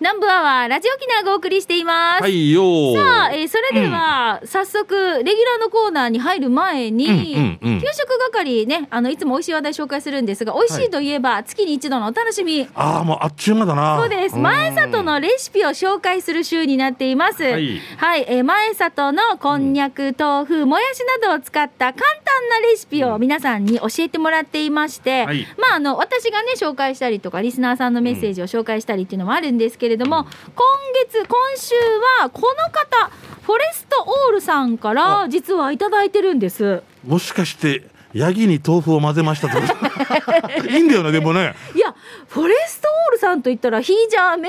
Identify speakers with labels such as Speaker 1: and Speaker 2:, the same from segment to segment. Speaker 1: 南部アワーラジオキナがお送りしています。
Speaker 2: はいよー
Speaker 1: さあ、えーそれでは、早速、レギュラーのコーナーに入る前に、
Speaker 2: うんうんうん
Speaker 1: 給食係ね、あの、いつも美味しい話題紹介するんですが、美味しいといえば、月に一度のお楽しみ。
Speaker 2: ああもうあっちゅう間だな
Speaker 1: そうです。前里のレシピを紹介する週になっています。は
Speaker 2: はいい、
Speaker 1: えー前里のこんにゃく、豆腐、もやしなどを使った簡単なレシピを皆さんに教えてもらっていまして、
Speaker 2: はい
Speaker 1: まあ、あの、私がね、紹介したりとか、リスナーさんのメッセージを紹介したりっていうのもあるんですけれども、今月、今週は、この方、フォレストオールさんから、実はいただいてるんです。
Speaker 2: もしかしてヤギに豆腐を混ぜましたっ てこといいんだよねでもね
Speaker 1: いや、フォレストオールさんと言ったら、ヒージャーメ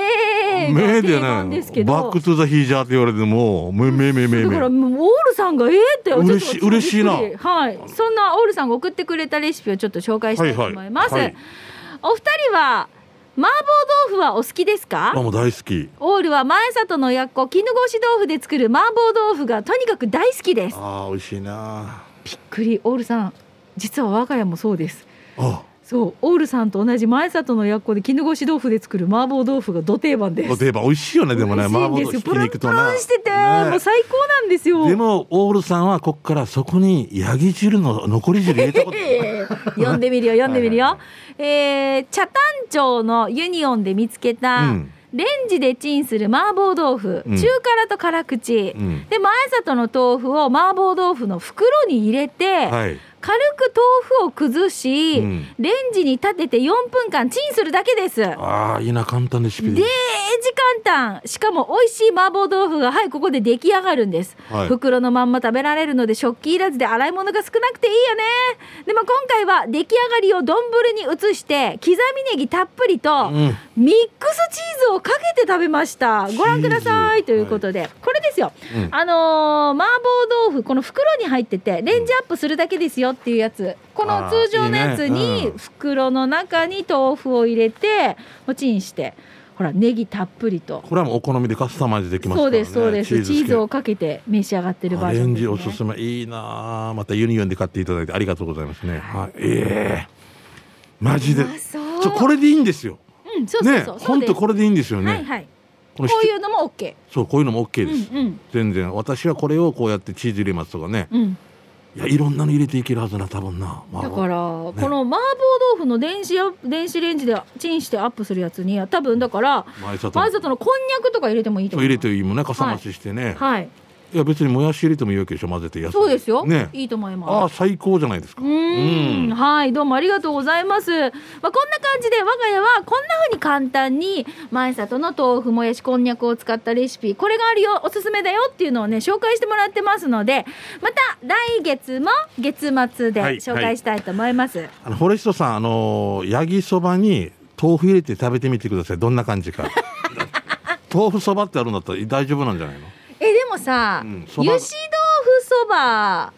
Speaker 1: ーが定番ですけど。
Speaker 2: バックトゥザヒージャーって言われてもうめめめめ
Speaker 1: だから
Speaker 2: め
Speaker 1: もうオールさんがええってちょっと
Speaker 2: 嬉しい嬉しい
Speaker 1: び
Speaker 2: な
Speaker 1: っくりはいそんなオールさんが送ってくれたレシピをちょっと紹介したいと思います、
Speaker 2: はいはいはい
Speaker 1: お二人は麻婆豆腐はお好きですか
Speaker 2: あもう大好き
Speaker 1: オールは前里のやっこ絹ごし豆腐で作る麻婆豆腐がとにかく大好きです
Speaker 2: ああ美味しいな
Speaker 1: びっくりオールさん実は我が家もそうです
Speaker 2: あ
Speaker 1: そうオールさんと同じ前里のやっこで絹ごし豆腐で作る麻婆豆腐がど定番です
Speaker 2: 例えば美味しいよねでもね
Speaker 1: 美味しいんですよ
Speaker 2: ひ
Speaker 1: プ
Speaker 2: き
Speaker 1: ラン
Speaker 2: 肉
Speaker 1: プ
Speaker 2: とな
Speaker 1: ランしてて、
Speaker 2: ね
Speaker 1: もう最高なんですよ
Speaker 2: でもオールさんはここからそこにヤギ汁の残り汁入れた こと
Speaker 1: 読んでみるよ読んでみるよ。えー、茶炭町のユニオンで見つけた、
Speaker 2: うん
Speaker 1: レンジでチンする麻婆豆腐、
Speaker 2: うん
Speaker 1: 中辛と辛口、
Speaker 2: うん
Speaker 1: で前里の豆腐を麻婆豆腐の袋に入れて、
Speaker 2: はい
Speaker 1: 軽く豆腐を崩し、
Speaker 2: うん
Speaker 1: レンジに立てて4分間チンするだけです。で
Speaker 2: ああいいな簡単レシピ
Speaker 1: 時間短しかも美味しい麻婆豆腐がはいここで出来上がるんです、
Speaker 2: はい
Speaker 1: 袋のまんま食べられるので食器いらずで洗い物が少なくていいよねでも今回は出来上がりを丼に移して刻みネギたっぷりと、
Speaker 2: うん
Speaker 1: ミックスチーズをかけて食べましたご覧くださいということで、これですよ、
Speaker 2: うん
Speaker 1: あのー麻婆豆腐この袋に入っててレンジアップするだけですよっていうやつこの
Speaker 2: あー
Speaker 1: 通常のやつ
Speaker 2: いいね
Speaker 1: に
Speaker 2: うん
Speaker 1: 袋の中に豆腐を入れてもうチンしてほらネギたっぷりと、
Speaker 2: これはもうお好みでカスタマイズできますか
Speaker 1: そ
Speaker 2: ら
Speaker 1: う
Speaker 2: ね
Speaker 1: ですそうですチー
Speaker 2: 好き
Speaker 1: ズをかけて召し上がってるバ
Speaker 2: ア
Speaker 1: ージ
Speaker 2: レ
Speaker 1: ョン
Speaker 2: ン
Speaker 1: です、ね、
Speaker 2: ジおすすめいいなあまたユニオンで買っていただいてありがとうございますね、はい、ええマジで
Speaker 1: うまそう
Speaker 2: ちょこれでいいんですよ
Speaker 1: うんそうそう
Speaker 2: ね
Speaker 1: そう、そう
Speaker 2: 本
Speaker 1: です
Speaker 2: 当これでいいんですよね、
Speaker 1: はいはい
Speaker 2: この
Speaker 1: こう
Speaker 2: 七
Speaker 1: いうのも OK
Speaker 2: そうこういうのも OK です、
Speaker 1: うんうん
Speaker 2: 全然私はこれをこうやってチーズ入れますとかね
Speaker 1: うん
Speaker 2: いやいろんなの入れていけるはずな多分な、まあ
Speaker 1: だから、この麻婆豆腐の電子や電子レンジでチンしてアップするやつには多分だから
Speaker 2: 前里
Speaker 1: 前里のこんにゃくとか入れてもいいと
Speaker 2: そう
Speaker 1: 思う
Speaker 2: 入れていいもんねかさ増ししてね、
Speaker 1: はい
Speaker 2: い、や別にもやし入れてもいいわけでしょ混ぜてやつ
Speaker 1: そうですよ、
Speaker 2: ね
Speaker 1: いいと思い
Speaker 2: あ
Speaker 1: ま
Speaker 2: あ
Speaker 1: す
Speaker 2: 最高じゃないですか
Speaker 1: うーんはいどうもありがとうございます、まあ、こんな感じで我が家はこんな風に簡単に前里の豆腐もやしこんにゃくを使ったレシピこれがあるよおすすめだよっていうのをね紹介してもらってますのでまた来月も月末で
Speaker 2: はい
Speaker 1: 紹介したいと思います、
Speaker 2: あのフォレストさん、あのーヤギそばに豆腐入れて食べてみてください。どんな感 じか。豆腐そばってあるんだったら大丈夫なんじゃないの
Speaker 1: えでもさ、
Speaker 2: うん
Speaker 1: ゆし
Speaker 2: そ
Speaker 1: 豆
Speaker 2: ば
Speaker 1: 腐そば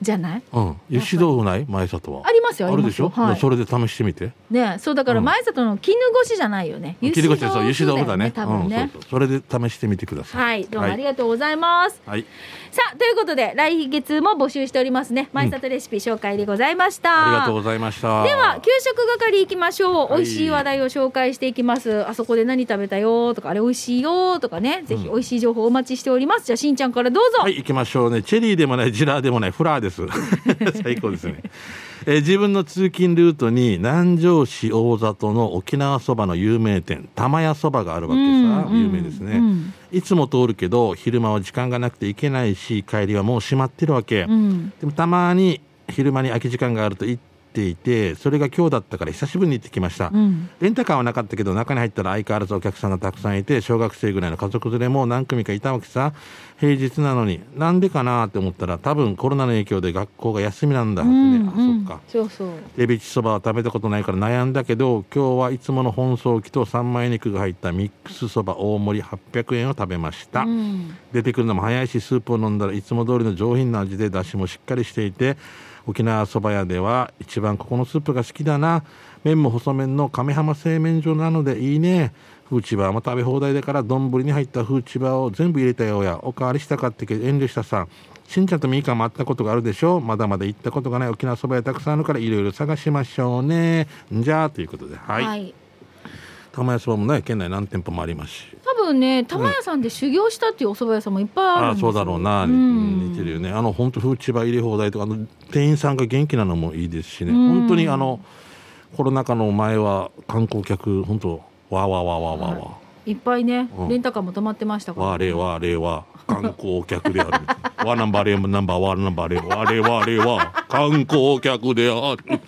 Speaker 1: じゃない
Speaker 2: うん。ゆし豆腐ない前里は。
Speaker 1: ありますよ
Speaker 2: あるでしょ、
Speaker 1: ありますよはい
Speaker 2: それで試してみて。
Speaker 1: ねそうだから
Speaker 2: うん
Speaker 1: 前里の絹ごしじゃないよね、ゆし
Speaker 2: 切り口でそう、ゆし豆腐だね。
Speaker 1: 多分
Speaker 2: うん
Speaker 1: ね、
Speaker 2: そうそう。それで試してみてください。
Speaker 1: はいどうもありがとうございます、
Speaker 2: はい。
Speaker 1: さあということで来月も募集しておりますね前里レシピ紹介でございました、
Speaker 2: ありがとうございました。
Speaker 1: では給食係行きましょう、
Speaker 2: はい
Speaker 1: 美味しい話題を紹介していきますあそこで何食べたよとかあれ美味しいよとかねぜひ美味しい情報お待ちしております、じゃあしんちゃんからどうぞ、
Speaker 2: はい、行きましょうね。チェリーでもない、ジラーでもない、フラーです。 最高ですね。えー自分の通勤ルートに南城市大里の沖縄そばの有名店玉屋そばがあるわけさ、
Speaker 1: うんうん
Speaker 2: 有名ですね、
Speaker 1: うん
Speaker 2: いつも通るけど昼間は時間がなくて行けないし帰りはもう閉まってるわけ、
Speaker 1: うん
Speaker 2: でもたまに昼間に空き時間があると行っていてそれが今日だったから久しぶりに行ってきました、
Speaker 1: うん
Speaker 2: レンタカーはなかったけど中に入ったら相変わらずお客さんがたくさんいて小学生ぐらいの家族連れも何組かいたわけさ平日なのになんでかなって思ったら多分コロナの影響で学校が休みなんだはずね、
Speaker 1: うん
Speaker 2: あそっか
Speaker 1: そうそう
Speaker 2: エビチそばは食べたことないから悩んだけど今日はいつもの本草木と三枚肉が入ったミックスそば大盛り800円を食べました、
Speaker 1: うん
Speaker 2: 出てくるのも早いしスープを飲んだらいつも通りの上品な味で出汁もしっかりしていて沖縄そば屋では一番ここのスープが好きだな麺も細麺の亀浜製麺所なのでいいねフーチバーも食べ放題だから丼に入ったフーチバーを全部入れたようやおかわりしたかったけど遠慮したさんしんちゃんとみーかんも会ったことがあるでしょまだまだ行ったことがない沖縄そば屋たくさんあるからいろいろ探しましょうねんじゃあということで
Speaker 1: はい、
Speaker 2: 釜屋そばもね県内何店舗もありますし
Speaker 1: 多分ね玉屋さんで修行したっていうお蕎麦屋さんもいっぱいある
Speaker 2: あ
Speaker 1: ん
Speaker 2: あ
Speaker 1: です
Speaker 2: そ
Speaker 1: よ
Speaker 2: うだろうな、
Speaker 1: ん
Speaker 2: 似てるよねあの本当フーチバ入れ放題とかあの店員さんが元気なのもいいですしね、
Speaker 1: うん
Speaker 2: 本当にあのコロナ禍の前は観光客本当わーわーわーわーわーわ
Speaker 1: いっぱいね、
Speaker 2: うん
Speaker 1: レンタカーも止まってました
Speaker 2: ー
Speaker 1: から
Speaker 2: わーれーわーれーわー観光 客であるわーナンバーレーナンバーわーナンバーレーわーれーわーれーわー観光客である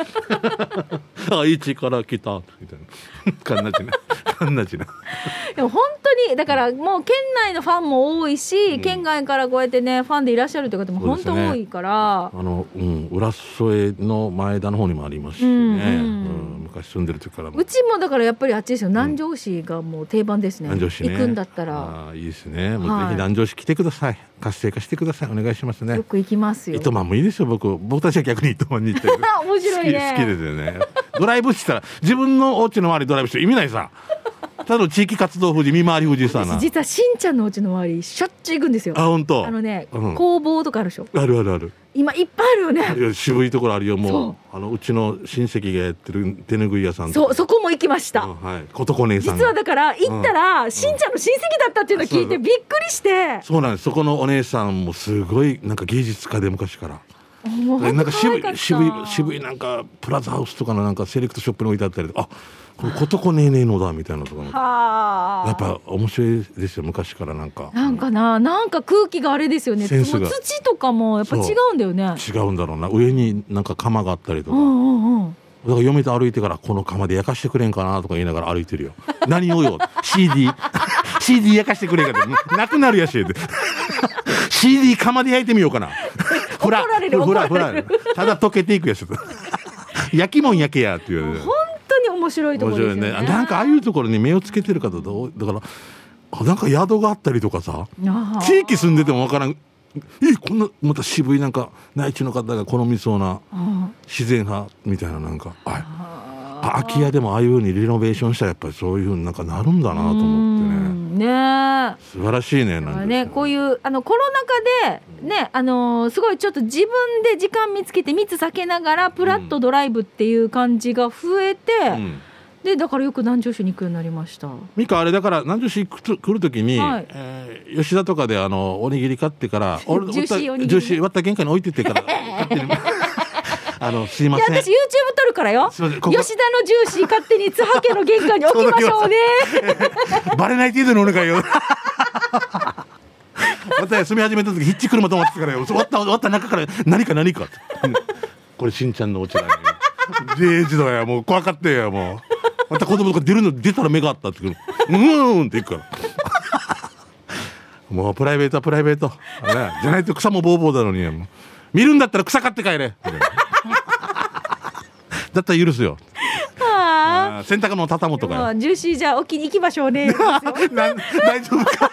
Speaker 2: 愛知から来たみたいなかんなじなかんなじな
Speaker 1: でも本当にだからもう県内のファンも多いし、
Speaker 2: ん
Speaker 1: 県外からこうやってねファンでいらっしゃるという方も本当
Speaker 2: そうですね
Speaker 1: 多いから、
Speaker 2: あの、うん、浦添の前田の方にもありますしね、
Speaker 1: うんうん
Speaker 2: うん昔住んでる時からも
Speaker 1: うちもだからやっぱりあっちですよ南城市がもう定番ですね,、
Speaker 2: 南城市ね
Speaker 1: 行くんだったら
Speaker 2: ああいいですねもう
Speaker 1: はい
Speaker 2: ぜひ南城市来てください活性化してくださいお願いしますね
Speaker 1: よく行きますよ
Speaker 2: 糸満もいいですよ僕僕たちは逆に糸満に行ってる
Speaker 1: あ 面白いね
Speaker 2: 好き好きですよねドライブしたら自分のお家の周りドライブしてる意味ないさただの地域活動富士見回り富士さな
Speaker 1: 実はしんちゃんのうちの周りしょっちゅう行くんですよ
Speaker 2: あ本当
Speaker 1: あのね、
Speaker 2: うん
Speaker 1: 工房とかあるでしょ
Speaker 2: あるあるある
Speaker 1: 今いっぱいあるよ
Speaker 2: あ
Speaker 1: ね
Speaker 2: るよ渋いところあるよも
Speaker 1: そう
Speaker 2: あのうちの親戚がやってる手ぬぐい屋さんと
Speaker 1: そ
Speaker 2: か
Speaker 1: うそこも行きました、
Speaker 2: うんはい琴子姉さん
Speaker 1: 実
Speaker 2: が
Speaker 1: はだから行ったら、しんちゃんの親戚だったっていうのを聞いて
Speaker 2: うん
Speaker 1: びっくりして、
Speaker 2: そうなんですそこのお姉さんもすごいなんか芸術家で昔から
Speaker 1: もう
Speaker 2: で
Speaker 1: 本
Speaker 2: なん
Speaker 1: 当
Speaker 2: か
Speaker 1: 可
Speaker 2: 渋
Speaker 1: 愛
Speaker 2: い
Speaker 1: かった
Speaker 2: 渋い渋いなんかプラザハウスとかのなんかセレクトショップに置いてあったりとかあこれことこねえねえのだみたいなとかもや
Speaker 1: はあ
Speaker 2: っぱ面白いですよ昔からなんか
Speaker 1: なんかな、なんか空気があれですよね。
Speaker 2: センスが
Speaker 1: もう土とかもやっぱ違うんだよね。
Speaker 2: 違うんだろうな上になんか釜があったりと
Speaker 1: う
Speaker 2: か、だか
Speaker 1: んうんうん。
Speaker 2: ら嫁と歩いてからこの釜で焼かしてくれんかなとか言いながら歩いてるよ何をよ CD CD 焼かしてくれんかってなくなるやし で CD 釜で焼いてみようかな ほ
Speaker 1: 怒られる
Speaker 2: ほら
Speaker 1: 怒
Speaker 2: ほ
Speaker 1: ら
Speaker 2: ら
Speaker 1: れる
Speaker 2: ただ溶けていくやし 焼きもん焼けやっていう、
Speaker 1: 本当に面白いとこ
Speaker 2: 面
Speaker 1: ろです
Speaker 2: 白
Speaker 1: よ
Speaker 2: い
Speaker 1: ね。
Speaker 2: ねなんかああいうところに目をつけてる方どうだからあなんか宿があったりとかさ
Speaker 1: ああ
Speaker 2: 地域住んでてもわからんえこんなまた渋いなんか内地の方が好みそうな
Speaker 1: うん
Speaker 2: 自然派みたいななんかあ
Speaker 1: あ
Speaker 2: あ空き家でもああいうふうにリノベーションしたらやっぱりそういうふうになんかなるんだなと思ってね
Speaker 1: うんねえ。だ
Speaker 2: 素晴らしいね
Speaker 1: か
Speaker 2: なん
Speaker 1: ら
Speaker 2: て
Speaker 1: ね、こういうあのコロナ禍でね、あのーすごいちょっと自分で時間見つけて密避けながらプラッとドライブっていう感じが増えて、
Speaker 2: うん
Speaker 1: でだからよく南城市に行くようになりました。
Speaker 2: ミカあれだから南城市来る来る時に、
Speaker 1: はい
Speaker 2: えー吉田とかであのおにぎり買っ てから俺
Speaker 1: ジューシーおにぎりね
Speaker 2: ジューシー割った玄関に置いてってから勝 手にあのすいま
Speaker 1: いや
Speaker 2: せん
Speaker 1: 私 YouTube 撮るからよ。
Speaker 2: すいませんここ
Speaker 1: 吉田のジューシー勝手に津波家の玄関に置きましょうね。
Speaker 2: バレない程度にお願いよ。 また休み始めた時ヒッチ車止まってたからよ終わった終わった中から何か何かってこれしんちゃんのお茶だよ0時だよもう怖かったよもうまた子供とか出るの出たら目があったって言うのうーんって言うからもうプライベートはプライベート、ね、じゃないと草もぼうぼうだのにもう見るんだったら草買って帰れ だったら許すよ
Speaker 1: はあ。
Speaker 2: あー洗濯物畳むとかよ
Speaker 1: もうジューシーじゃあ置きに行きましょう ね。
Speaker 2: なん大丈夫か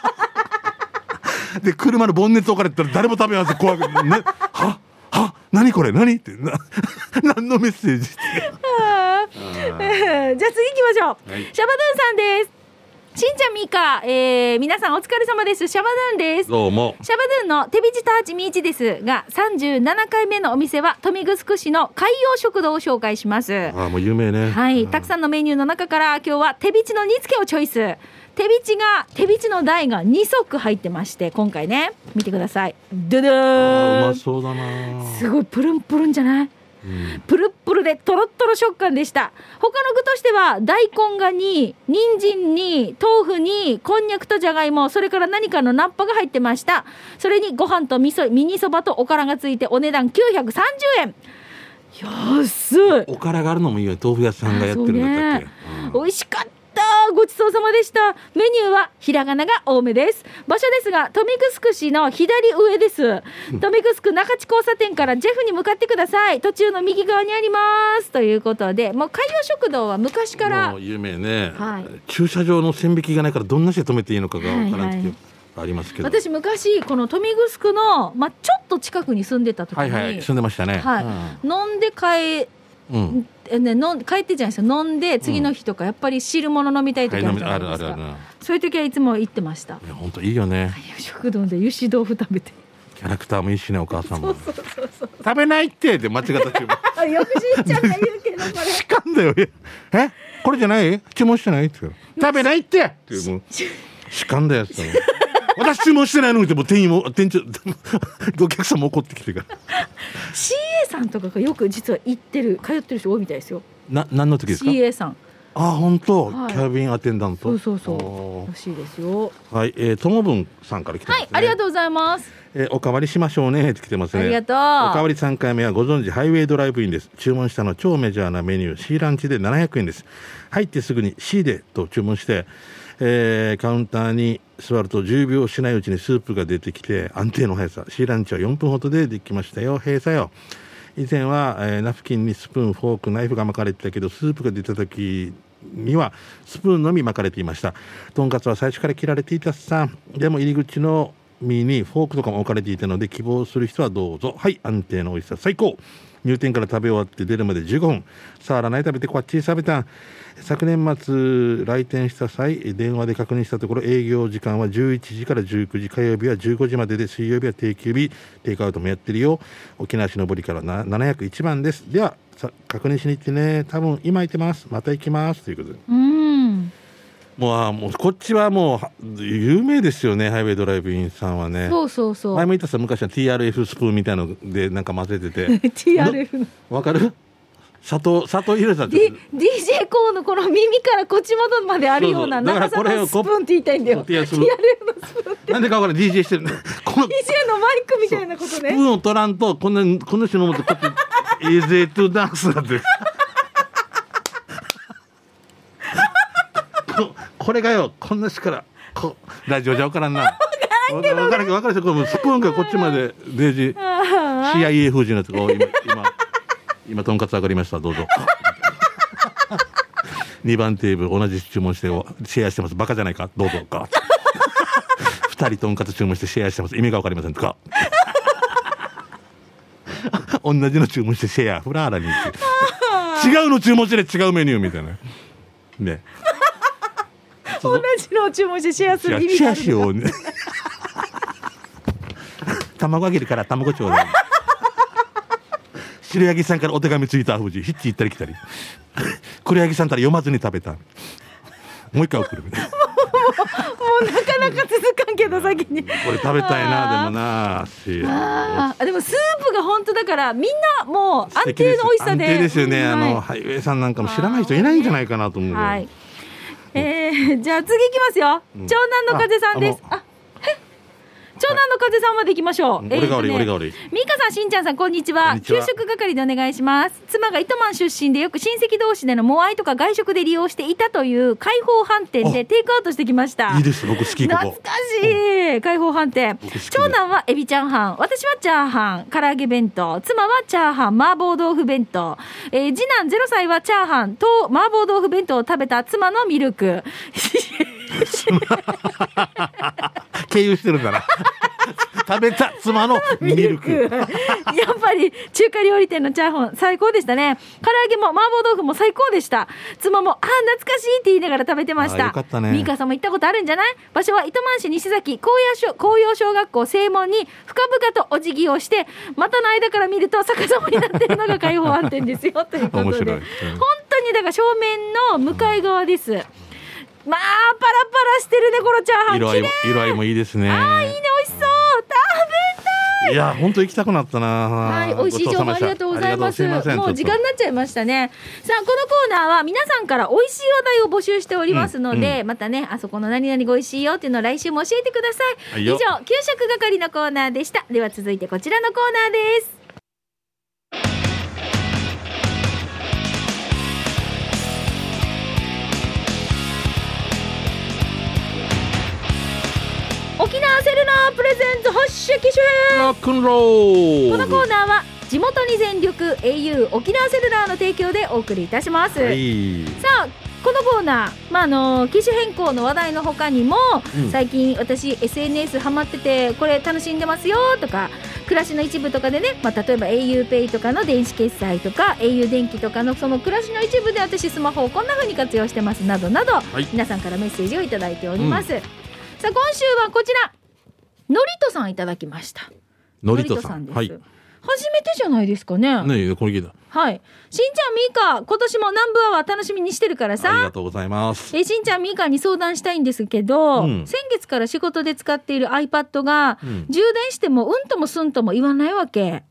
Speaker 2: で車のボンネット置かれてたら誰も食べ合わせ怖くて、ね、はは何これ何ってな 何のメッセージ
Speaker 1: はあじゃあ次行きましょう。
Speaker 2: はい
Speaker 1: シャバドゥンさんです。しんちゃんみーか、えー、皆さんお疲れ様です。シャバドゥンです。
Speaker 2: どうも
Speaker 1: シャバドゥンの手びちとはちみいちですが、37回目のお店は、豊見城市の海洋食堂を紹介します。
Speaker 2: ああもう有名ね
Speaker 1: はい、
Speaker 2: うん
Speaker 1: たくさんのメニューの中から今日は手びちの煮付けをチョイス手びちが手びちの台が2足入ってまして今回ね見てくださいドゥドゥ
Speaker 2: ああ
Speaker 1: ー
Speaker 2: うま
Speaker 1: ン
Speaker 2: そうだな
Speaker 1: すごいプルンプルンじゃない
Speaker 2: うん
Speaker 1: プルップルでトロットロ食感でした他の具としては大根がに人参に豆腐にこんにゃくとじゃがいもそれから何かのナッパが入ってましたそれにご飯と味噌ミニそばとおからがついてお値段930円安い
Speaker 2: おからがあるのもいいよね豆腐屋さんがやってるんだったっけ、
Speaker 1: 美味しかったごちそうさまでしたメニューはひらがなが多めです場所ですが豊見城市の左上です豊見城中地交差点からジェフに向かってください途中の右側にありますということでもう海洋食堂は昔か
Speaker 2: うん
Speaker 1: ら
Speaker 2: もう有名ね、
Speaker 1: はい
Speaker 2: 駐車場の線引きがないからどんな人で止めていいのかがわから
Speaker 1: は
Speaker 2: ん
Speaker 1: いはい
Speaker 2: 時ありますけど、
Speaker 1: 私昔この豊見城の、まあ、ちょっと近くに住んでた時に、
Speaker 2: はいはい住んでましたね
Speaker 1: はい飲んで帰
Speaker 2: うん、うん
Speaker 1: えね、飲ん帰ってじゃないですよ飲んで次の日とかやっぱり汁物飲みたい
Speaker 2: は
Speaker 1: 時
Speaker 2: い
Speaker 1: あ
Speaker 2: 飲
Speaker 1: る
Speaker 2: み
Speaker 1: じ
Speaker 2: あ
Speaker 1: ゃない
Speaker 2: る
Speaker 1: で
Speaker 2: あ
Speaker 1: す
Speaker 2: るある
Speaker 1: かそういう時はいつも行ってました
Speaker 2: いや本当いいよね
Speaker 1: 食堂で油脂豆腐食べて
Speaker 2: キャラクターもいいしねお母さんも
Speaker 1: そうそうそう
Speaker 2: 食べないってで間違った注文
Speaker 1: あよくしんちゃんが言うけどこれ
Speaker 2: しかんだよええこれじゃない注文してないって言うから食べないってっていうもうしかんだよって言うの私注文してないのにってもう店員も店長お客さんも怒ってきてるから
Speaker 1: CA さんとかがよく実は行ってる通ってる人多いみたいですよ
Speaker 2: な何の時ですか
Speaker 1: CA さん
Speaker 2: あ本当、
Speaker 1: はい
Speaker 2: キャビンアテンダン
Speaker 1: そ
Speaker 2: ト
Speaker 1: うそう
Speaker 2: お
Speaker 1: そう
Speaker 2: ー
Speaker 1: らしいですよ
Speaker 2: はいえーともぶんさんから来てま
Speaker 1: は
Speaker 2: す、ね
Speaker 1: いありがとうございます
Speaker 2: えーおかわりしましょうねって来てますね
Speaker 1: ありがとう
Speaker 2: おかわり3回目はご存知ハイウェイドライブインです注文したの超メジャーなメニュー C ランチで700円です入ってすぐに C でと注文して、えーカウンターに座ると10秒しないうちにスープが出てきて安定の速さ C ランチは4分ほどでできましたよ閉鎖よ以前は、えーナフキンにスプーンフォークナイフが巻かれてたけどスープが出た時にはスプーンのみ巻かれていましたとんかつは最初から切られていたさでも入り口の身にフォークとかも置かれていたので希望する人はどうぞはい安定の美味しさ最高入店から食べ終わって出るまで15分触らない食べてこっち食べた昨年末来店した際電話で確認したところ営業時間は11時から19時火曜日は15時までで水曜日は定休日テイクアウトもやってるよ沖縄市のぼりからな701番ですではさ確認しに行ってね多分今行ってますまた行きますということで
Speaker 1: うん
Speaker 2: もうあーもうこっちはもうは有名ですよねハイウェイドライブインさんはね
Speaker 1: そうそうそう
Speaker 2: 前も言ったさ昔は TRF スプーンみたいのでなんか混ぜてて
Speaker 1: TRF の
Speaker 2: わかる砂糖砂糖入れたん
Speaker 1: D DJ コーのこの耳からこっち元まであるような
Speaker 2: そうそう
Speaker 1: 長さ
Speaker 2: だからこれ
Speaker 1: の
Speaker 2: を
Speaker 1: スプーンって言いたいんだよ
Speaker 2: こ
Speaker 1: TRF の
Speaker 2: TRF
Speaker 1: スプーン DJ
Speaker 2: なんでかわからない DJ してる こ
Speaker 1: のマ
Speaker 2: の
Speaker 1: イクみたいなこ
Speaker 2: ス
Speaker 1: と
Speaker 2: プ
Speaker 1: ね
Speaker 2: ーンを取らんとこんなこの人のもとこうやって「イゼートダンス」なんて ここれがよこんなしからこうラジオじゃ分からんな分からん分からん分からんこれもうスプーンがこっちまでデージ
Speaker 1: あ
Speaker 2: CIA 風人のやつがお今今今とんかつ上がりましたどうぞ2番テーブル同じ注文しておシェアしてますバカじゃないかどうぞ か2人とんかつ注文してシェアしてます意味が分かりませんか 同じの注文してシェアフラーラに違うの注文して違うメニューみたいなね
Speaker 1: ー同じのを注文してシェアす
Speaker 2: シェ
Speaker 1: る
Speaker 2: ア
Speaker 1: 意味
Speaker 2: シ
Speaker 1: が
Speaker 2: ェ
Speaker 1: あ
Speaker 2: ア
Speaker 1: る
Speaker 2: しよ うね卵あげるから卵ちょうだい白柳さんからお手紙ついた藤井ヒッチ行ったり来たり黒柳さんから読まずに食べたもう一回送るみたいなこ
Speaker 1: もうなかなか続かんけど先に
Speaker 2: れ食べたいなでもなし
Speaker 1: あーあでもスープが本当だからみんなもう
Speaker 2: 素
Speaker 1: 安
Speaker 2: 敵
Speaker 1: 定
Speaker 2: です
Speaker 1: の美味しさで
Speaker 2: 安定ですよね、
Speaker 1: うん
Speaker 2: あ
Speaker 1: はい
Speaker 2: のハイウェイさんなんかも知らない人いないんじゃないかなと思うよ
Speaker 1: はい。えー、じゃあ次いきますよ。長男の風さんです。
Speaker 2: あ
Speaker 1: あ、え長男の風さんまで行きましょう。
Speaker 2: うん
Speaker 1: えー
Speaker 2: 俺が悪い
Speaker 1: とね
Speaker 2: 俺が悪い
Speaker 1: ミカさん、しんちゃんさん、こんにちは。
Speaker 2: こんにちは
Speaker 1: 給食係でお願いします。妻が糸満出身でよく親戚同士でのモアイとか外食で利用していたという開放飯店で
Speaker 2: あ
Speaker 1: テイクアウトしてきました。
Speaker 2: いいです僕好きこ
Speaker 1: 懐
Speaker 2: こ
Speaker 1: かしい開放飯店
Speaker 2: 僕好きだ
Speaker 1: 長男はエビチャーハン私はチャーハン唐揚げ弁当妻はチャーハン麻婆豆腐弁当、えー次男0歳はチャーハンと麻婆豆腐弁当を食べた妻のミルク
Speaker 2: 経由してる んだな食べた妻のミルク
Speaker 1: やっぱり中華料理店のチャーハン最高でしたね唐揚げも麻婆豆腐も最高でした妻も「あー懐かしい」って言いながら食べてまし
Speaker 2: あー
Speaker 1: た
Speaker 2: よかったね
Speaker 1: ミカさんも行ったことあるんじゃない場所は糸満市西崎紅葉小紅葉小学校正門に深々とお辞儀をして股の間から見ると逆さまになってるのが開放飯店ですよということで
Speaker 2: 面白いうん
Speaker 1: 本当にだから正面の向かい側です、まあパラパラしてるねこのチャーハン
Speaker 2: 色合
Speaker 1: 綺麗
Speaker 2: いも色合いもいいですね
Speaker 1: あーいいね美味しそう食べたい
Speaker 2: いや、本当行きたくなったな。
Speaker 1: はい、美味しい情報ありがとうございます。
Speaker 2: ごちそうさまでしたありがとうすいません
Speaker 1: もう時間
Speaker 2: ちょ
Speaker 1: になっちゃいましたね。さあ、このコーナーは皆さんから美味しい話題を募集しておりますので、またね、あそこの何々が美味しいよっていうのを来週も教えてくださ。
Speaker 2: はいい
Speaker 1: 以上
Speaker 2: よ、
Speaker 1: 給食係のコーナーでした。では続いてこちらのコーナーです。沖縄セルラープレゼンツ発射機種編
Speaker 2: っとロックンロー
Speaker 1: こ
Speaker 2: ル。
Speaker 1: のコーナーは地元に全力 au 沖縄セルラーの提供でお送りいたします、
Speaker 2: はい。
Speaker 1: さあこのコーナー、まあ、あの機種変更の話題の他にも、
Speaker 2: うん
Speaker 1: 最近私 SNS ハマっててこれ楽しんでますよとか暮らしの一部とかでね、まあ、例えば auPay とかの電子決済とか au 電気とかのその暮らしの一部で私スマホをこんな風に活用してますなどなど、
Speaker 2: い
Speaker 1: 皆さんからメッセージをいただいております、さあ今週はこちらのりとさんいただきました
Speaker 2: のりとさん
Speaker 1: の
Speaker 2: は
Speaker 1: り
Speaker 2: い
Speaker 1: とです初めてじゃないですかね。
Speaker 2: ねえこれ聞いた
Speaker 1: はい。しんちゃん、みーか、今年も南部アワー楽しみにしてるから
Speaker 2: あり
Speaker 1: さ
Speaker 2: が。とうございます
Speaker 1: えーしんちゃん、みーかに相談したいんですけど、
Speaker 2: うん
Speaker 1: 先月から仕事で使っている iPad が、
Speaker 2: うん
Speaker 1: 充電してもうんともすんとも言わないわけ。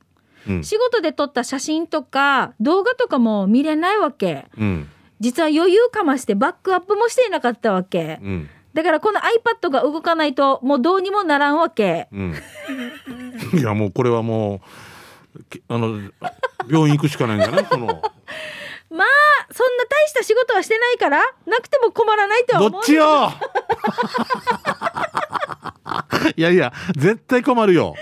Speaker 2: うん
Speaker 1: 仕事で撮った写真とか動画とかも見れないわけ。
Speaker 2: うん
Speaker 1: 実は余裕かましてバックアップもしていなかったわけ。
Speaker 2: うん
Speaker 1: だからこの iPad が動かないともうどうにもならんわけ。
Speaker 2: うん いやもうこれはもうけあの病院行くしかないんだ ねその
Speaker 1: まあ、そんな大した仕事はしてないから、なくても困らないとは
Speaker 2: ど
Speaker 1: 思
Speaker 2: っ
Speaker 1: う。
Speaker 2: ちよいやいや絶対困るよ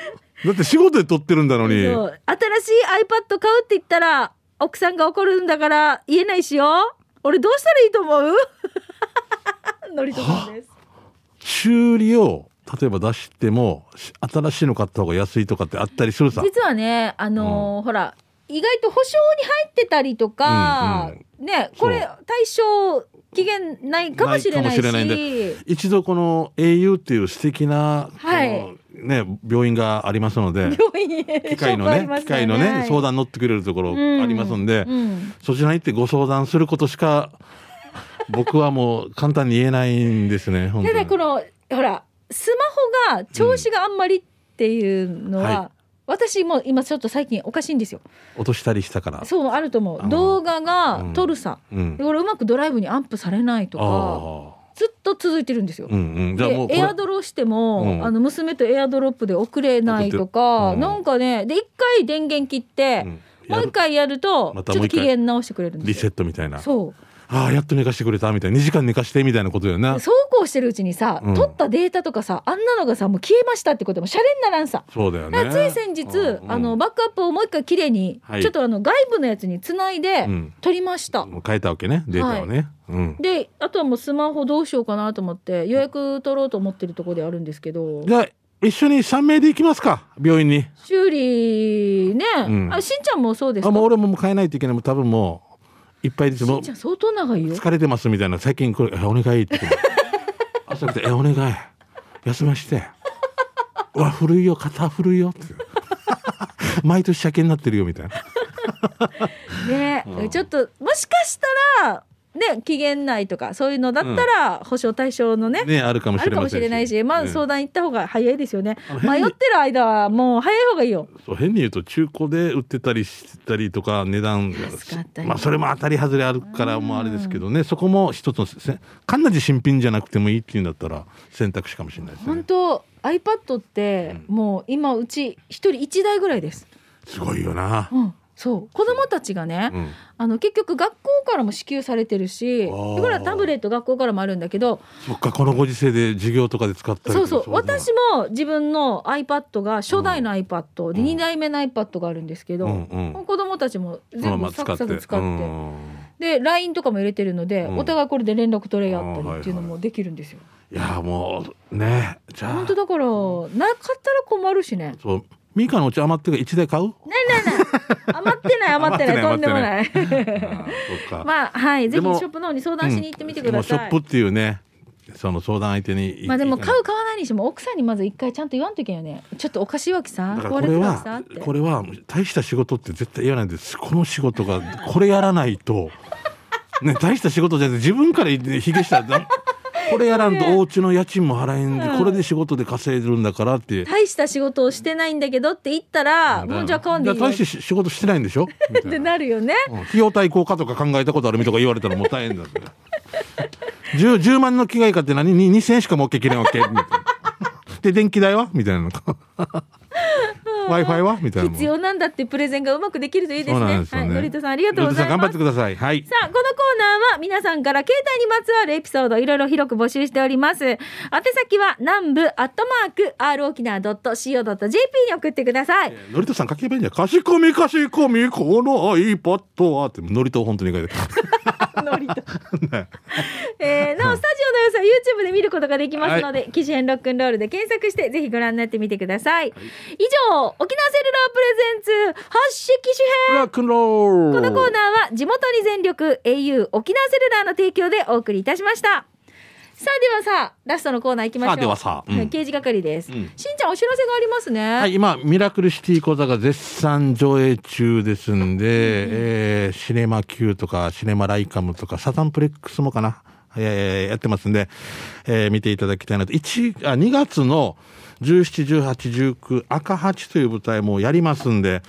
Speaker 2: だって仕事で撮ってるんだのに
Speaker 1: そう新しい iPad 買うって言ったら、奥さんが怒るんだから言えないしよ。俺どうしたらいいと思う のりとさんです。
Speaker 2: 修理を例えば出してもし新しいの買った方が安いとかってあったりするさ
Speaker 1: 実はね、あのーほら、意外と保証に入ってたりとか、
Speaker 2: うん
Speaker 1: ね、これ
Speaker 2: そ
Speaker 1: 対象期限ないかもしれないし。
Speaker 2: ないかもしれ一度この au っていう素敵な、
Speaker 1: はい
Speaker 2: このね、病院がありますので
Speaker 1: 病院へ
Speaker 2: 機械の ね機械のね、相談乗ってくれるところありますんで、そちらに行ってご相談すること しか僕はもう簡単に言えないんですね本当
Speaker 1: た
Speaker 2: に
Speaker 1: だこのほらスマホが調子があんまりっていうのは、
Speaker 2: うんはい
Speaker 1: 私も今ちょっと最近おかしいんですよ
Speaker 2: 落としたりしたから。
Speaker 1: そうあると思
Speaker 2: あー
Speaker 1: う動画が撮るさ、
Speaker 2: うん
Speaker 1: で俺うまくドライブにアンプされないとか
Speaker 2: あ
Speaker 1: ずっと続いてるんですよ
Speaker 2: あ、う。んうん、じゃあもう
Speaker 1: で
Speaker 2: これ
Speaker 1: エアドロしても、
Speaker 2: うん
Speaker 1: あの娘とエアドロップで送れないと
Speaker 2: 送っ
Speaker 1: か、
Speaker 2: てるうん
Speaker 1: なんかねで一回電源切って、
Speaker 2: うん
Speaker 1: もう一回やると、
Speaker 2: ま
Speaker 1: ち
Speaker 2: た
Speaker 1: ょっ
Speaker 2: も
Speaker 1: と
Speaker 2: う一回
Speaker 1: 機嫌直してくれるんで
Speaker 2: リ
Speaker 1: す
Speaker 2: セ
Speaker 1: よ
Speaker 2: ットみたいな。
Speaker 1: そう
Speaker 2: ああやっと寝かしてくれたみたいな2時間寝かしてみたいなことだよな。
Speaker 1: そうこうしてるうちにさ、
Speaker 2: うん
Speaker 1: 撮ったデータとかさあんなのがさもう消えましたってこともシャレにならんさ
Speaker 2: そうだよ
Speaker 1: だ
Speaker 2: ね。
Speaker 1: からつい先日、
Speaker 2: うん
Speaker 1: あのバックアップをもう一回きれいに、
Speaker 2: はい
Speaker 1: ちょっとあの外部のやつにつないで
Speaker 2: うん
Speaker 1: 撮りました、
Speaker 2: もう変えたわけねデータをね。うん。
Speaker 1: であとはもうスマホどうしようかなと思って予約取ろうと思ってるところであるんですけど
Speaker 2: じゃあ一緒に3名で行きますか病院に。
Speaker 1: 修理ね、
Speaker 2: うん
Speaker 1: あしんちゃんもそうです
Speaker 2: あ
Speaker 1: か
Speaker 2: もう俺ももう変えないといけないもう多分もういっぱいです
Speaker 1: し
Speaker 2: もうん
Speaker 1: ちゃん相当長いよ
Speaker 2: 疲れてますみたいな最近これえお願いっ て言って朝来てえお願い休まして。うわ古いよ肩古いよって 毎年車検になってるよみたいな。
Speaker 1: ね、
Speaker 2: うん
Speaker 1: ちょっともしかしたらね期限内とかそういうのだったら保証対象のね、
Speaker 2: ねあるかも
Speaker 1: あ
Speaker 2: し
Speaker 1: る
Speaker 2: れ
Speaker 1: か
Speaker 2: ま
Speaker 1: も
Speaker 2: せ
Speaker 1: し
Speaker 2: ん
Speaker 1: れないし、まあ
Speaker 2: ね
Speaker 1: 相談行った方が早いですよね
Speaker 2: あの。変
Speaker 1: 迷
Speaker 2: に
Speaker 1: ってる間はもう早い方がいいよ。
Speaker 2: そう変に言うと中古で売ってたりしたりとか値段が
Speaker 1: 安かったり
Speaker 2: まあ、それも当たり外れあるからもうあれですけどね、そこも一つのせかなり新品じゃなくてもいいっていうんだったら選択肢かもしれないですね
Speaker 1: 本当 iPad ってもう今うち一人一台ぐらいです。
Speaker 2: すごいよな、
Speaker 1: うん、そう子供たちがね、
Speaker 2: うん
Speaker 1: あの結局学校からも支給されてるし、
Speaker 2: あー
Speaker 1: これはタブレット学校からもあるんだけど、
Speaker 2: そっかこのご時世で授業とかで使ったりとか
Speaker 1: そうそう
Speaker 2: だ
Speaker 1: 私も自分の iPad が初代の iPad で
Speaker 2: うん
Speaker 1: 2代目の iPad があるんですけど、
Speaker 2: うんうん
Speaker 1: もう子供たちも
Speaker 2: その
Speaker 1: 全
Speaker 2: ま
Speaker 1: 部
Speaker 2: ま
Speaker 1: サ
Speaker 2: 使
Speaker 1: ク
Speaker 2: って
Speaker 1: サク使って。
Speaker 2: うん
Speaker 1: で LINE とかも入れてるので、
Speaker 2: うん
Speaker 1: お互いこれで連絡取れ合ったりっていうのもできるんですよ。
Speaker 2: いやもうねじゃあ
Speaker 1: 本当だからなかったら困るしね。
Speaker 2: そうミカのうち余ってるから1台買う
Speaker 1: 余ってない余ってないとん
Speaker 2: 余っ
Speaker 1: で
Speaker 2: て
Speaker 1: も
Speaker 2: な
Speaker 1: ない。
Speaker 2: あーそっか、
Speaker 1: まあはいぜひシ
Speaker 2: でも
Speaker 1: ョップの方に相談しに行ってみてくださ
Speaker 2: う
Speaker 1: い
Speaker 2: んもうショッ。プっていうねその相談相手に
Speaker 1: まあでも
Speaker 2: いい
Speaker 1: 買う買わないにしても奥さんにまず一回ちゃんと言わんといけんよね。ちょっとおかしいわけさ
Speaker 2: だ。からこ
Speaker 1: 壊れ
Speaker 2: れ
Speaker 1: てたわけさ
Speaker 2: は
Speaker 1: って。
Speaker 2: これは大した仕事って絶対言わないんですこの仕 事がこれやらないと、ね、大した仕事じゃなくて自分からひげしたらなこれやらんとお家の家賃も払えんで、
Speaker 1: うん
Speaker 2: これで仕事で稼いでるんだからって。
Speaker 1: 大した仕事をしてないんだけどって言ったら、もうじゃあ買わんでいい
Speaker 2: じゃ
Speaker 1: よ
Speaker 2: あ
Speaker 1: っ
Speaker 2: 大してし仕事してないんでしょみた
Speaker 1: て
Speaker 2: いな
Speaker 1: なるよね。
Speaker 2: うん費用対効果とか考えたことあるみとか言われたらもう大変だって 10, 10万の機械買って何に2000円しか儲けきれんわけみたいなで電気代は みたいな w i f i はみたいな
Speaker 1: 必要なんだってプレゼンがうまくできるといいです
Speaker 2: そう
Speaker 1: ね。
Speaker 2: なんですよ
Speaker 1: はい、
Speaker 2: ね
Speaker 1: のりとさんありがとうござい
Speaker 2: ロッドさん頑張
Speaker 1: ます
Speaker 2: って。ください。はい。
Speaker 1: さあ、このコーナーは皆さんから携帯にまつわるエピソードをいろいろ広く募集しております。宛先は南部アットマーク r 沖縄 .co.jp に送ってください。
Speaker 2: のりとさん書けばいいんじゃん。かしこみかしこみこの iPad はってのりと本当に書い てあ
Speaker 1: ノリと。
Speaker 2: るね
Speaker 1: えー、なお、スタジオの様子は YouTube で見ることができますので、記事編ロックンロールで検索して、ぜひご覧になってみてください。以上、沖縄セルラープレゼンツ、発色主編
Speaker 2: ロックンロール。
Speaker 1: このコーナーは地元に全力 au 沖縄セルラーの提供でお送りいたしました。さあではさあラストのコーナー行きましょう
Speaker 2: さあではさあうん
Speaker 1: い刑事係です、
Speaker 2: うん
Speaker 1: しんちゃんお知らせがありますね
Speaker 2: はい、今、ミラクルシティ講座が絶賛上映中ですんで、えーシネマ Q とか、シネマライカムとか、サタンプレックスもかな、えーやってますんで、えー見ていただきたいなと。1、あ、2月の17、18、19、赤八という舞台もやりますんで、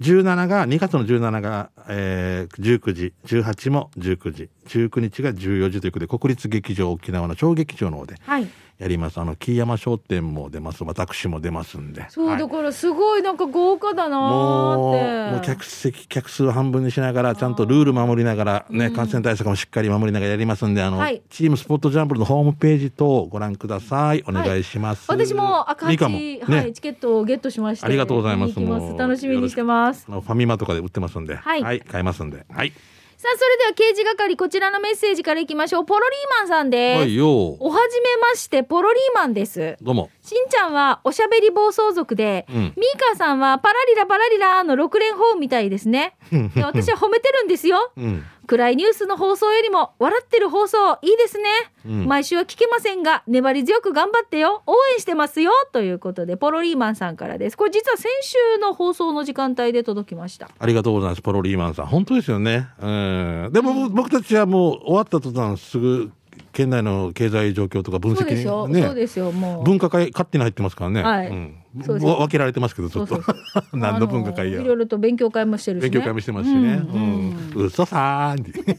Speaker 2: 17が、2月の17が、えー19時、18も19時、19日が14時ということで、国立劇場沖縄の小劇場の方で
Speaker 1: はい
Speaker 2: やります。あの、木山商店も出ます。私も出ますんで。
Speaker 1: そう、
Speaker 2: はい
Speaker 1: だからすごいなんか豪華だな
Speaker 2: も
Speaker 1: ーっ
Speaker 2: う
Speaker 1: て
Speaker 2: もう客席客数を半分にしながらちゃんとルール守りながらね、感染対策もしっかり守りながらやりますんであの、
Speaker 1: はい
Speaker 2: チームスポットジャンプルのホームページ等をご覧くださいお願いします、
Speaker 1: 私も赤
Speaker 2: いい
Speaker 1: 八
Speaker 2: かも
Speaker 1: はい、
Speaker 2: ね
Speaker 1: チケットをゲットしました
Speaker 2: ありがとうございます
Speaker 1: 行きま
Speaker 2: も
Speaker 1: す
Speaker 2: う
Speaker 1: 楽しみにしてます
Speaker 2: あのファミマとかで売ってますんで
Speaker 1: はい
Speaker 2: 買えますんではい
Speaker 1: さあそれでは刑事係こちらのメッセージからいきましょうポロリーマンさんです、
Speaker 2: はいよ
Speaker 1: おはじめましてポロリーマンです
Speaker 2: どうも
Speaker 1: しんちゃんはおしゃべり暴走族で、
Speaker 2: う
Speaker 1: ミ
Speaker 2: ん
Speaker 1: ーカーさんはパラリラパラリラの六連砲みたいです ね。で私は褒めてるんですよ。
Speaker 2: うん
Speaker 1: 暗いニュースの放送よりも笑ってる放送いいですね、
Speaker 2: うん
Speaker 1: 毎週は聞けませんが粘り強く頑張ってよ応援してますよということでポロリーマンさんからですこれ実は先週の放送の時間帯で届きました
Speaker 2: ありがとうございますポロリーマンさん本当ですよねうんでも僕たちはもう終わった途端すぐ県内の経済状況とか分
Speaker 1: そう
Speaker 2: 析
Speaker 1: でしょ、
Speaker 2: にね
Speaker 1: そうですよもう
Speaker 2: 文化会勝手に入ってますからね。
Speaker 1: はい
Speaker 2: うん
Speaker 1: そうです
Speaker 2: わ分けられてますけど、ち
Speaker 1: そ
Speaker 2: ょ
Speaker 1: う
Speaker 2: っと
Speaker 1: そうそう
Speaker 2: 何の文化会
Speaker 1: あ
Speaker 2: や
Speaker 1: のいろいろと勉強会もしてるし、ね、
Speaker 2: 勉強会もしてますしね。
Speaker 1: う
Speaker 2: うんん、嘘さーんって。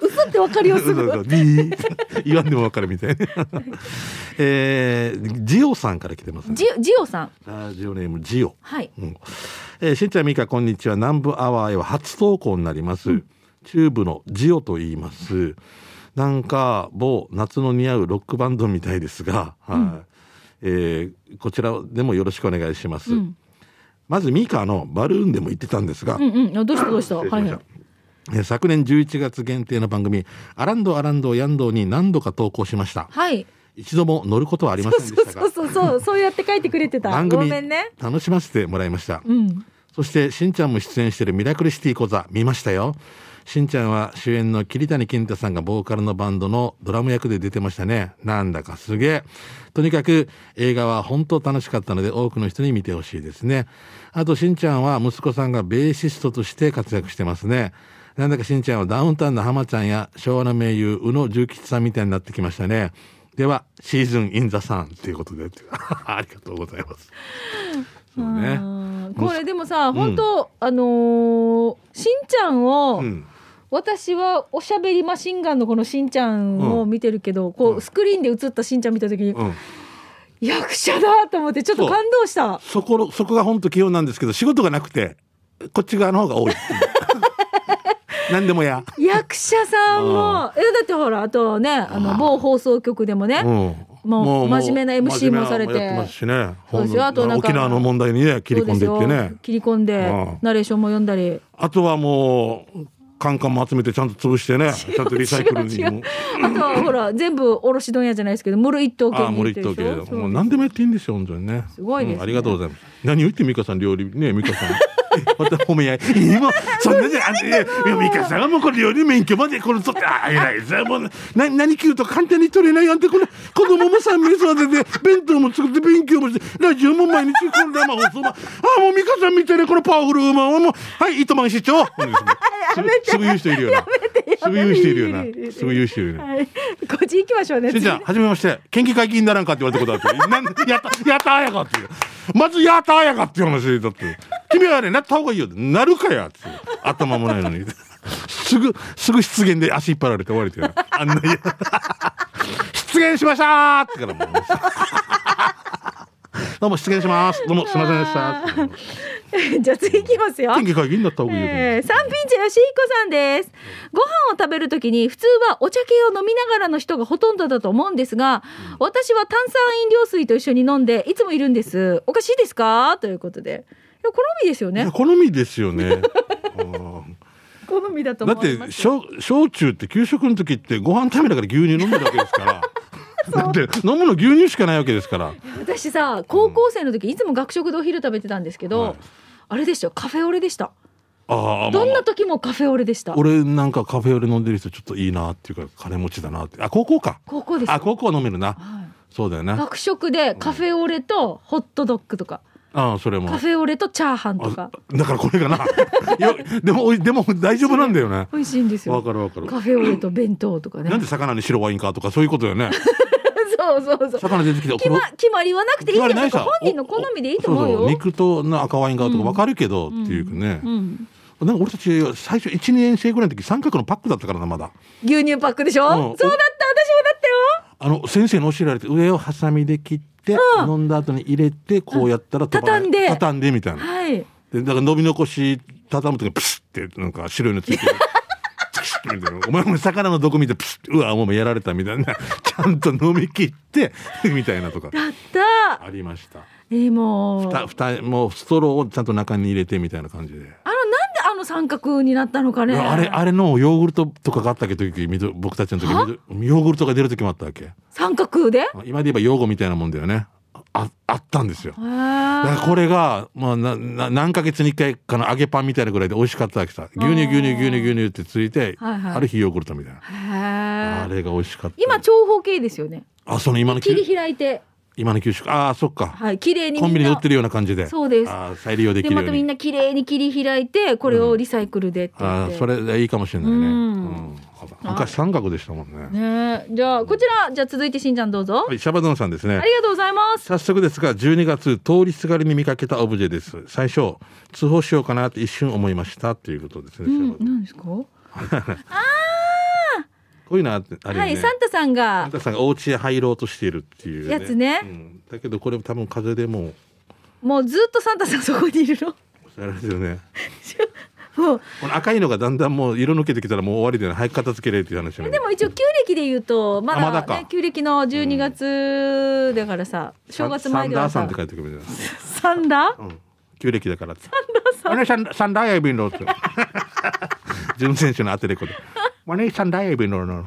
Speaker 1: 嘘ってわかるよす
Speaker 2: 嘘嘘
Speaker 1: ぐ
Speaker 2: ビー 言わんでも分かるみた いな。えー、ジオさんから来てます、ね。
Speaker 1: ジジオさん
Speaker 2: ラジオネームジオ。
Speaker 1: はい
Speaker 2: うんえー、しんちゃんみーかこんにちは南部アワーへは初投稿になります、中部のジオと言いますなんか某夏の似合うロックバンドみたいですが、はいえーこちらでもよろしくお願いします、
Speaker 1: うん
Speaker 2: まずミーカのバルーンでも言ってたんですが、
Speaker 1: うんうんあどうしたどうした
Speaker 2: 失礼し
Speaker 1: は
Speaker 2: ま
Speaker 1: い
Speaker 2: し
Speaker 1: は
Speaker 2: た
Speaker 1: い
Speaker 2: えー昨年11月限定の番組「アランドアランドヤンド」に何度か投稿しました
Speaker 1: はい
Speaker 2: 一度も乗ることはありませんでした
Speaker 1: そう
Speaker 2: が
Speaker 1: そうそうそうやって書いてくれてた
Speaker 2: 番
Speaker 1: ご
Speaker 2: 組
Speaker 1: めんね
Speaker 2: 楽しませてもらいました、
Speaker 1: うん
Speaker 2: そして、しんちゃんも出演しているミラクルシティ講座、見ましたよ。しんちゃんは主演の桐谷健太さんがボーカルのバンドのドラム役で出てましたね。なんだかすげえ。とにかく映画は本当楽しかったので多くの人に見てほしいですね。あとしんちゃんは息子さんがベーシストとして活躍してますね。なんだかしんちゃんはダウンタウンの浜ちゃんや昭和の名優宇野重吉さんみたいになってきましたね。では、シーズンインザサンということで。 ありがとうございます。そうね。
Speaker 1: うんこれでもさ本当、あのーしんちゃんを、
Speaker 2: うん。
Speaker 1: 私はおしゃべりマシンガンのこのしんちゃんを見てるけど、こうスクリーンで映ったしんちゃん見た時に、
Speaker 2: うん。
Speaker 1: 役者だと思ってちょっと感動した
Speaker 2: そこのそこが本当基本なんですけど仕事がなくてこっち側の方が 多い何でもや、
Speaker 1: 役者さんもえだってほらあとねあの某放送局でもね、もう真面目な MC もされて
Speaker 2: 真面目なやってますしね
Speaker 1: そうですよあとなんか
Speaker 2: 沖縄の問題にね切り込んでいって
Speaker 1: そうです
Speaker 2: ね
Speaker 1: よ切り込んで
Speaker 2: うん
Speaker 1: ナレーションも読んだり
Speaker 2: あとはもうカンカンも集めてちゃんと潰し てねちゃんとリサイクルに
Speaker 1: 違う違
Speaker 2: も
Speaker 1: うあとはほら全部卸問屋じゃないですけどムル一等
Speaker 2: あ
Speaker 1: 券
Speaker 2: あ
Speaker 1: に入
Speaker 2: 森
Speaker 1: って
Speaker 2: 一
Speaker 1: るで
Speaker 2: 刀
Speaker 1: しょ
Speaker 2: 系
Speaker 1: そう
Speaker 2: もう何でもやっていいんですよ本当にね
Speaker 1: すごいですね
Speaker 2: うんありがとうございます何を言って美香さん料理ね美香さん えまた褒め合い今そんなであんたいやいや美香さんはもうこれ料理免許までこれ取ってあ偉いさもうな何食うと簡単に取れないあんたこれ子供も3名育てて弁当も作って勉強もしてラジオも毎日この生放送もああもう美香さんみたいなこのパワフルウーマンはもうはい糸満 市長すぐすぐ言う人いるよなすぐ言う人いるよ
Speaker 1: いるいるい
Speaker 2: な
Speaker 1: る
Speaker 2: すぐ言う人いるよな
Speaker 1: はい、こっち行きましょうね
Speaker 2: しんちゃん、はじめまして。県議会議員だなんかって言われたことあって。 なんやった、やったあやかっていう。まずやったあやかっていう話だって。君はね、なった方がいいよ。なるかやっていう。頭もないのに。すぐ、すぐ失言で足引っ張られて終わりっていうな。あんな、いや失言しましたーってからもう。どうも失言します。どうもすいませんでしたって。
Speaker 1: 次 じゃあ次行きますよ
Speaker 2: 県議会議員だった方がいいよ。
Speaker 1: えー、三品茶よしひこさんですご飯を食べるときに普通はお茶系を飲みながらの人がほとんどだと思うんですが、私は炭酸飲料水と一緒に飲んでいつもいるんですおかしいですかということでいや好みですよ
Speaker 2: いや
Speaker 1: ね
Speaker 2: 好みですよね。うん
Speaker 1: 好みだと
Speaker 2: だ
Speaker 1: 思
Speaker 2: っ
Speaker 1: いま
Speaker 2: て
Speaker 1: す
Speaker 2: 小小中って給食の時ってご飯食べながら牛乳飲んでるわけですから だって飲むの牛乳しかないわけですから
Speaker 1: 私さ高校生の時いつも学食でお昼食べてたんですけど、
Speaker 2: はい
Speaker 1: あれでしたよカフェオレでした
Speaker 2: あああ
Speaker 1: どんな時もカフェオレでした
Speaker 2: 俺なんかカフェオレ飲んでる人ちょっといいなっていうか金持ちだなってあ高校か
Speaker 1: 高校です
Speaker 2: あ高校飲めるな
Speaker 1: はい
Speaker 2: そうだよな
Speaker 1: 学食でカフェオレとホットドッグとか、
Speaker 2: ああそれも
Speaker 1: カフェオレとチャーハンと
Speaker 2: あ
Speaker 1: か
Speaker 2: だからこれが ないやでもおいでも大丈夫なんだよね
Speaker 1: 美味しいんです
Speaker 2: わ
Speaker 1: よ
Speaker 2: かるわかる
Speaker 1: カフェオレと弁当とかね
Speaker 2: なんで魚に白ワインかとかそういうことよね
Speaker 1: そうそうそう
Speaker 2: 魚出てきて
Speaker 1: 決ま決まりはなくていい
Speaker 2: 決ま
Speaker 1: け
Speaker 2: り
Speaker 1: ど
Speaker 2: な
Speaker 1: 本
Speaker 2: いさ
Speaker 1: 人の好みでいいと思うよ
Speaker 2: そそ肉とな赤ワインがとか
Speaker 1: うん
Speaker 2: わかるけど、っていうかね、
Speaker 1: うん、
Speaker 2: なんか俺たち最初1年生ぐらいの時三角のパックだったからなまだ
Speaker 1: 牛乳パックでしょ、
Speaker 2: うん
Speaker 1: そうだった私もだったよ
Speaker 2: あの先生に教えられて上をハサミで切って、
Speaker 1: うん
Speaker 2: 飲んだ後に入れてこうやったら飛ばない
Speaker 1: 畳んで
Speaker 2: 畳んでみたいな
Speaker 1: はい
Speaker 2: でだから飲み残し畳む時にプスッてなんか白いの ついてるプスッみたいなお前も魚の毒見てプスッうわもうやられたみたいなちゃんと飲み切ってみたいなとか
Speaker 1: だった
Speaker 2: ありました
Speaker 1: えー、もうあの
Speaker 2: 蓋蓋もうストローをちゃんと中に入れてみたいな感じで、
Speaker 1: なんであの三角になったのかね
Speaker 2: あれあれのヨーグルトとかがあったっけ時緑僕たちの時
Speaker 1: は
Speaker 2: 緑ヨーグルトが出る時もあったわけ
Speaker 1: 三角で
Speaker 2: 今で言えば用語みたいなもんだよねああったんですよだから
Speaker 1: あ
Speaker 2: これが、まあ、なな何ヶ月に1回かの揚げパンみたいなぐらいで美味しかったわけさ牛乳
Speaker 1: あー
Speaker 2: 牛乳牛乳牛乳ってついて、
Speaker 1: はいはい
Speaker 2: ある日ヨーグルトみたいな、あ
Speaker 1: へえ
Speaker 2: れが美味しかった
Speaker 1: 今長方形ですよね
Speaker 2: あその今の給
Speaker 1: 切り開いて
Speaker 2: 今の給食ああそっか、
Speaker 1: はい綺麗にみんな
Speaker 2: コンビニで売ってるような感じで
Speaker 1: そうです
Speaker 2: あー再利用でき
Speaker 1: で
Speaker 2: るよ
Speaker 1: ま
Speaker 2: うに
Speaker 1: たみんな綺麗に切り開いてこれをリサイクルでって言
Speaker 2: あ
Speaker 1: っ
Speaker 2: ー
Speaker 1: て、
Speaker 2: それでいいかもしれないね、う
Speaker 1: うんん
Speaker 2: 昔三角でしたもんね
Speaker 1: ねえじゃあこちらじゃあ続いてしんちゃんどうぞ、
Speaker 2: はいシャバドゥンさんですね、
Speaker 1: ありがとうございます
Speaker 2: 早速ですが12月通りすがりに見かけたオブジェです最初通報しようかなって一瞬思いましたっていうことですね、シャバドゥン
Speaker 1: 何ですか
Speaker 2: こういうのあってあるよ
Speaker 1: は
Speaker 2: ね、
Speaker 1: いサンタさん
Speaker 2: あ
Speaker 1: が
Speaker 2: んたさんがお家へ入ろうとしているっていう、
Speaker 1: やつね
Speaker 2: うんだけどこれ多分風でもう
Speaker 1: もうずっとサンタさんそこにいる の
Speaker 2: 押されるよね
Speaker 1: もう
Speaker 2: この赤いのがだんだんもう色抜けてきたらもう終わりだよね早く片付けれっていう話なの
Speaker 1: でも一応旧暦で言うとまだ,、ね
Speaker 2: あまだか
Speaker 1: 旧暦の12月だからさ、正月前
Speaker 2: サン
Speaker 1: で
Speaker 2: ダ
Speaker 1: は
Speaker 2: ーさん
Speaker 1: さ
Speaker 2: って書いてくるじゃ
Speaker 1: サンダー
Speaker 2: ん、うん、旧暦だからってサンダーさんサンダーやびん ろって純選手のアテレコで「マネサンダーやびんろの」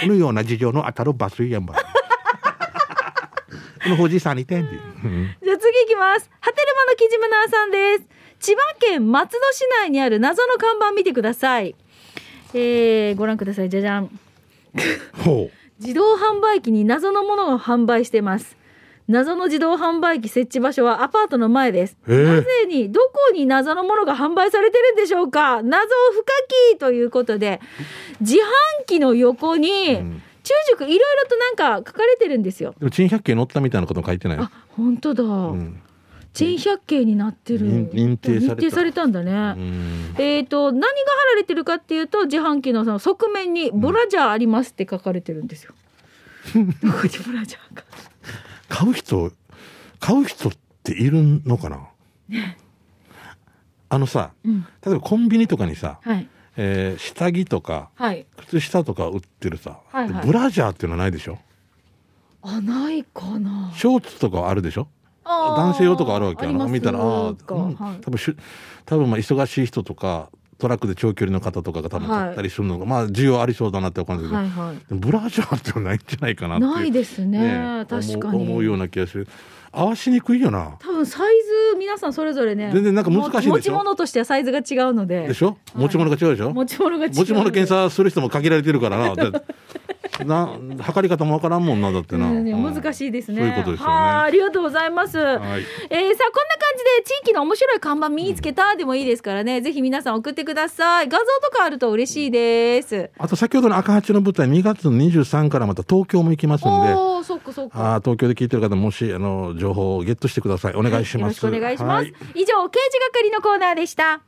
Speaker 2: このような事情の当たるバスやん ばこのおじさんにてんっていううん
Speaker 1: じゃあ次行きますハテルマのキジムナーさんです千葉県松戸市内にある謎の看板見てくださいえー、ご覧くださいじゃじゃん
Speaker 2: ほう
Speaker 1: 自動販売機に謎のものを販売してます謎の自動販売機設置場所はアパートの前です
Speaker 2: へえ
Speaker 1: なぜにどこに謎のものが販売されてるんでしょうか謎を深きということで自販機の横に
Speaker 2: ん
Speaker 1: 中熟いろいろとなんか書かれてるんですよ
Speaker 2: でも珍百景乗ったみたいなことも書いてない
Speaker 1: あ本当だ、
Speaker 2: うん
Speaker 1: 珍百景になってる
Speaker 2: 認認定された
Speaker 1: 認定されたんだね、
Speaker 2: うん
Speaker 1: えー、と何が貼られてるかっていうと自販機のその側面に「ブラジャーあります」って書かれてるん ですよ。どこにブラジャーが
Speaker 2: 買う人買う人っているのかなあのさ、
Speaker 1: うん
Speaker 2: 例えばコンビニとかにさ、
Speaker 1: はい
Speaker 2: えー下着とか
Speaker 1: はい
Speaker 2: 靴下とか売ってるさ、
Speaker 1: はいはい
Speaker 2: ブラジャーっていうのはないでしょ
Speaker 1: あないかな
Speaker 2: ショーツとかはあるでしょ
Speaker 1: あー
Speaker 2: 男性用とかあるわけ
Speaker 1: あ
Speaker 2: よ
Speaker 1: ります
Speaker 2: 見たらああ、
Speaker 1: か
Speaker 2: うん
Speaker 1: はい
Speaker 2: 多分しゅ多分まあ忙しい人とかトラックで長距離の方とかが多分買ったりするのが、まあ需要ありそうだなって感じるけど、
Speaker 1: はいはい
Speaker 2: ブラジャーっていうのはないんじゃないかなっていう
Speaker 1: ないですね確か
Speaker 2: 思う思う
Speaker 1: に
Speaker 2: ような気がする合わしにくいよな
Speaker 1: 多分サイズ皆さんそれぞれね
Speaker 2: 全然なんか難しいでしょ
Speaker 1: も持ち物としてはサイズが違うので
Speaker 2: でしょ、持ち物が違うでしょ
Speaker 1: 持
Speaker 2: 持ち
Speaker 1: ち物が違うので
Speaker 2: 物検査する人も限られてるからなだってな測り方もわからんもんなだってな、
Speaker 1: うんね
Speaker 2: うん
Speaker 1: 難しいですね
Speaker 2: そういうことですよね
Speaker 1: はあありがとうございます
Speaker 2: はい
Speaker 1: えー、さあこんな感じで地域の面白い看板見つけたでもいいですからね、ぜひ皆さん送ってください画像とかあると嬉しいです
Speaker 2: あと先ほどの赤八の舞台2月23からまた東京も行きますんで
Speaker 1: おおそっかそっか
Speaker 2: あー東京で聞いてる方もしあの情報をゲットしてくださいお願いします、
Speaker 1: よろしくお願いします、
Speaker 2: は
Speaker 1: 以上刑事係のコーナーでした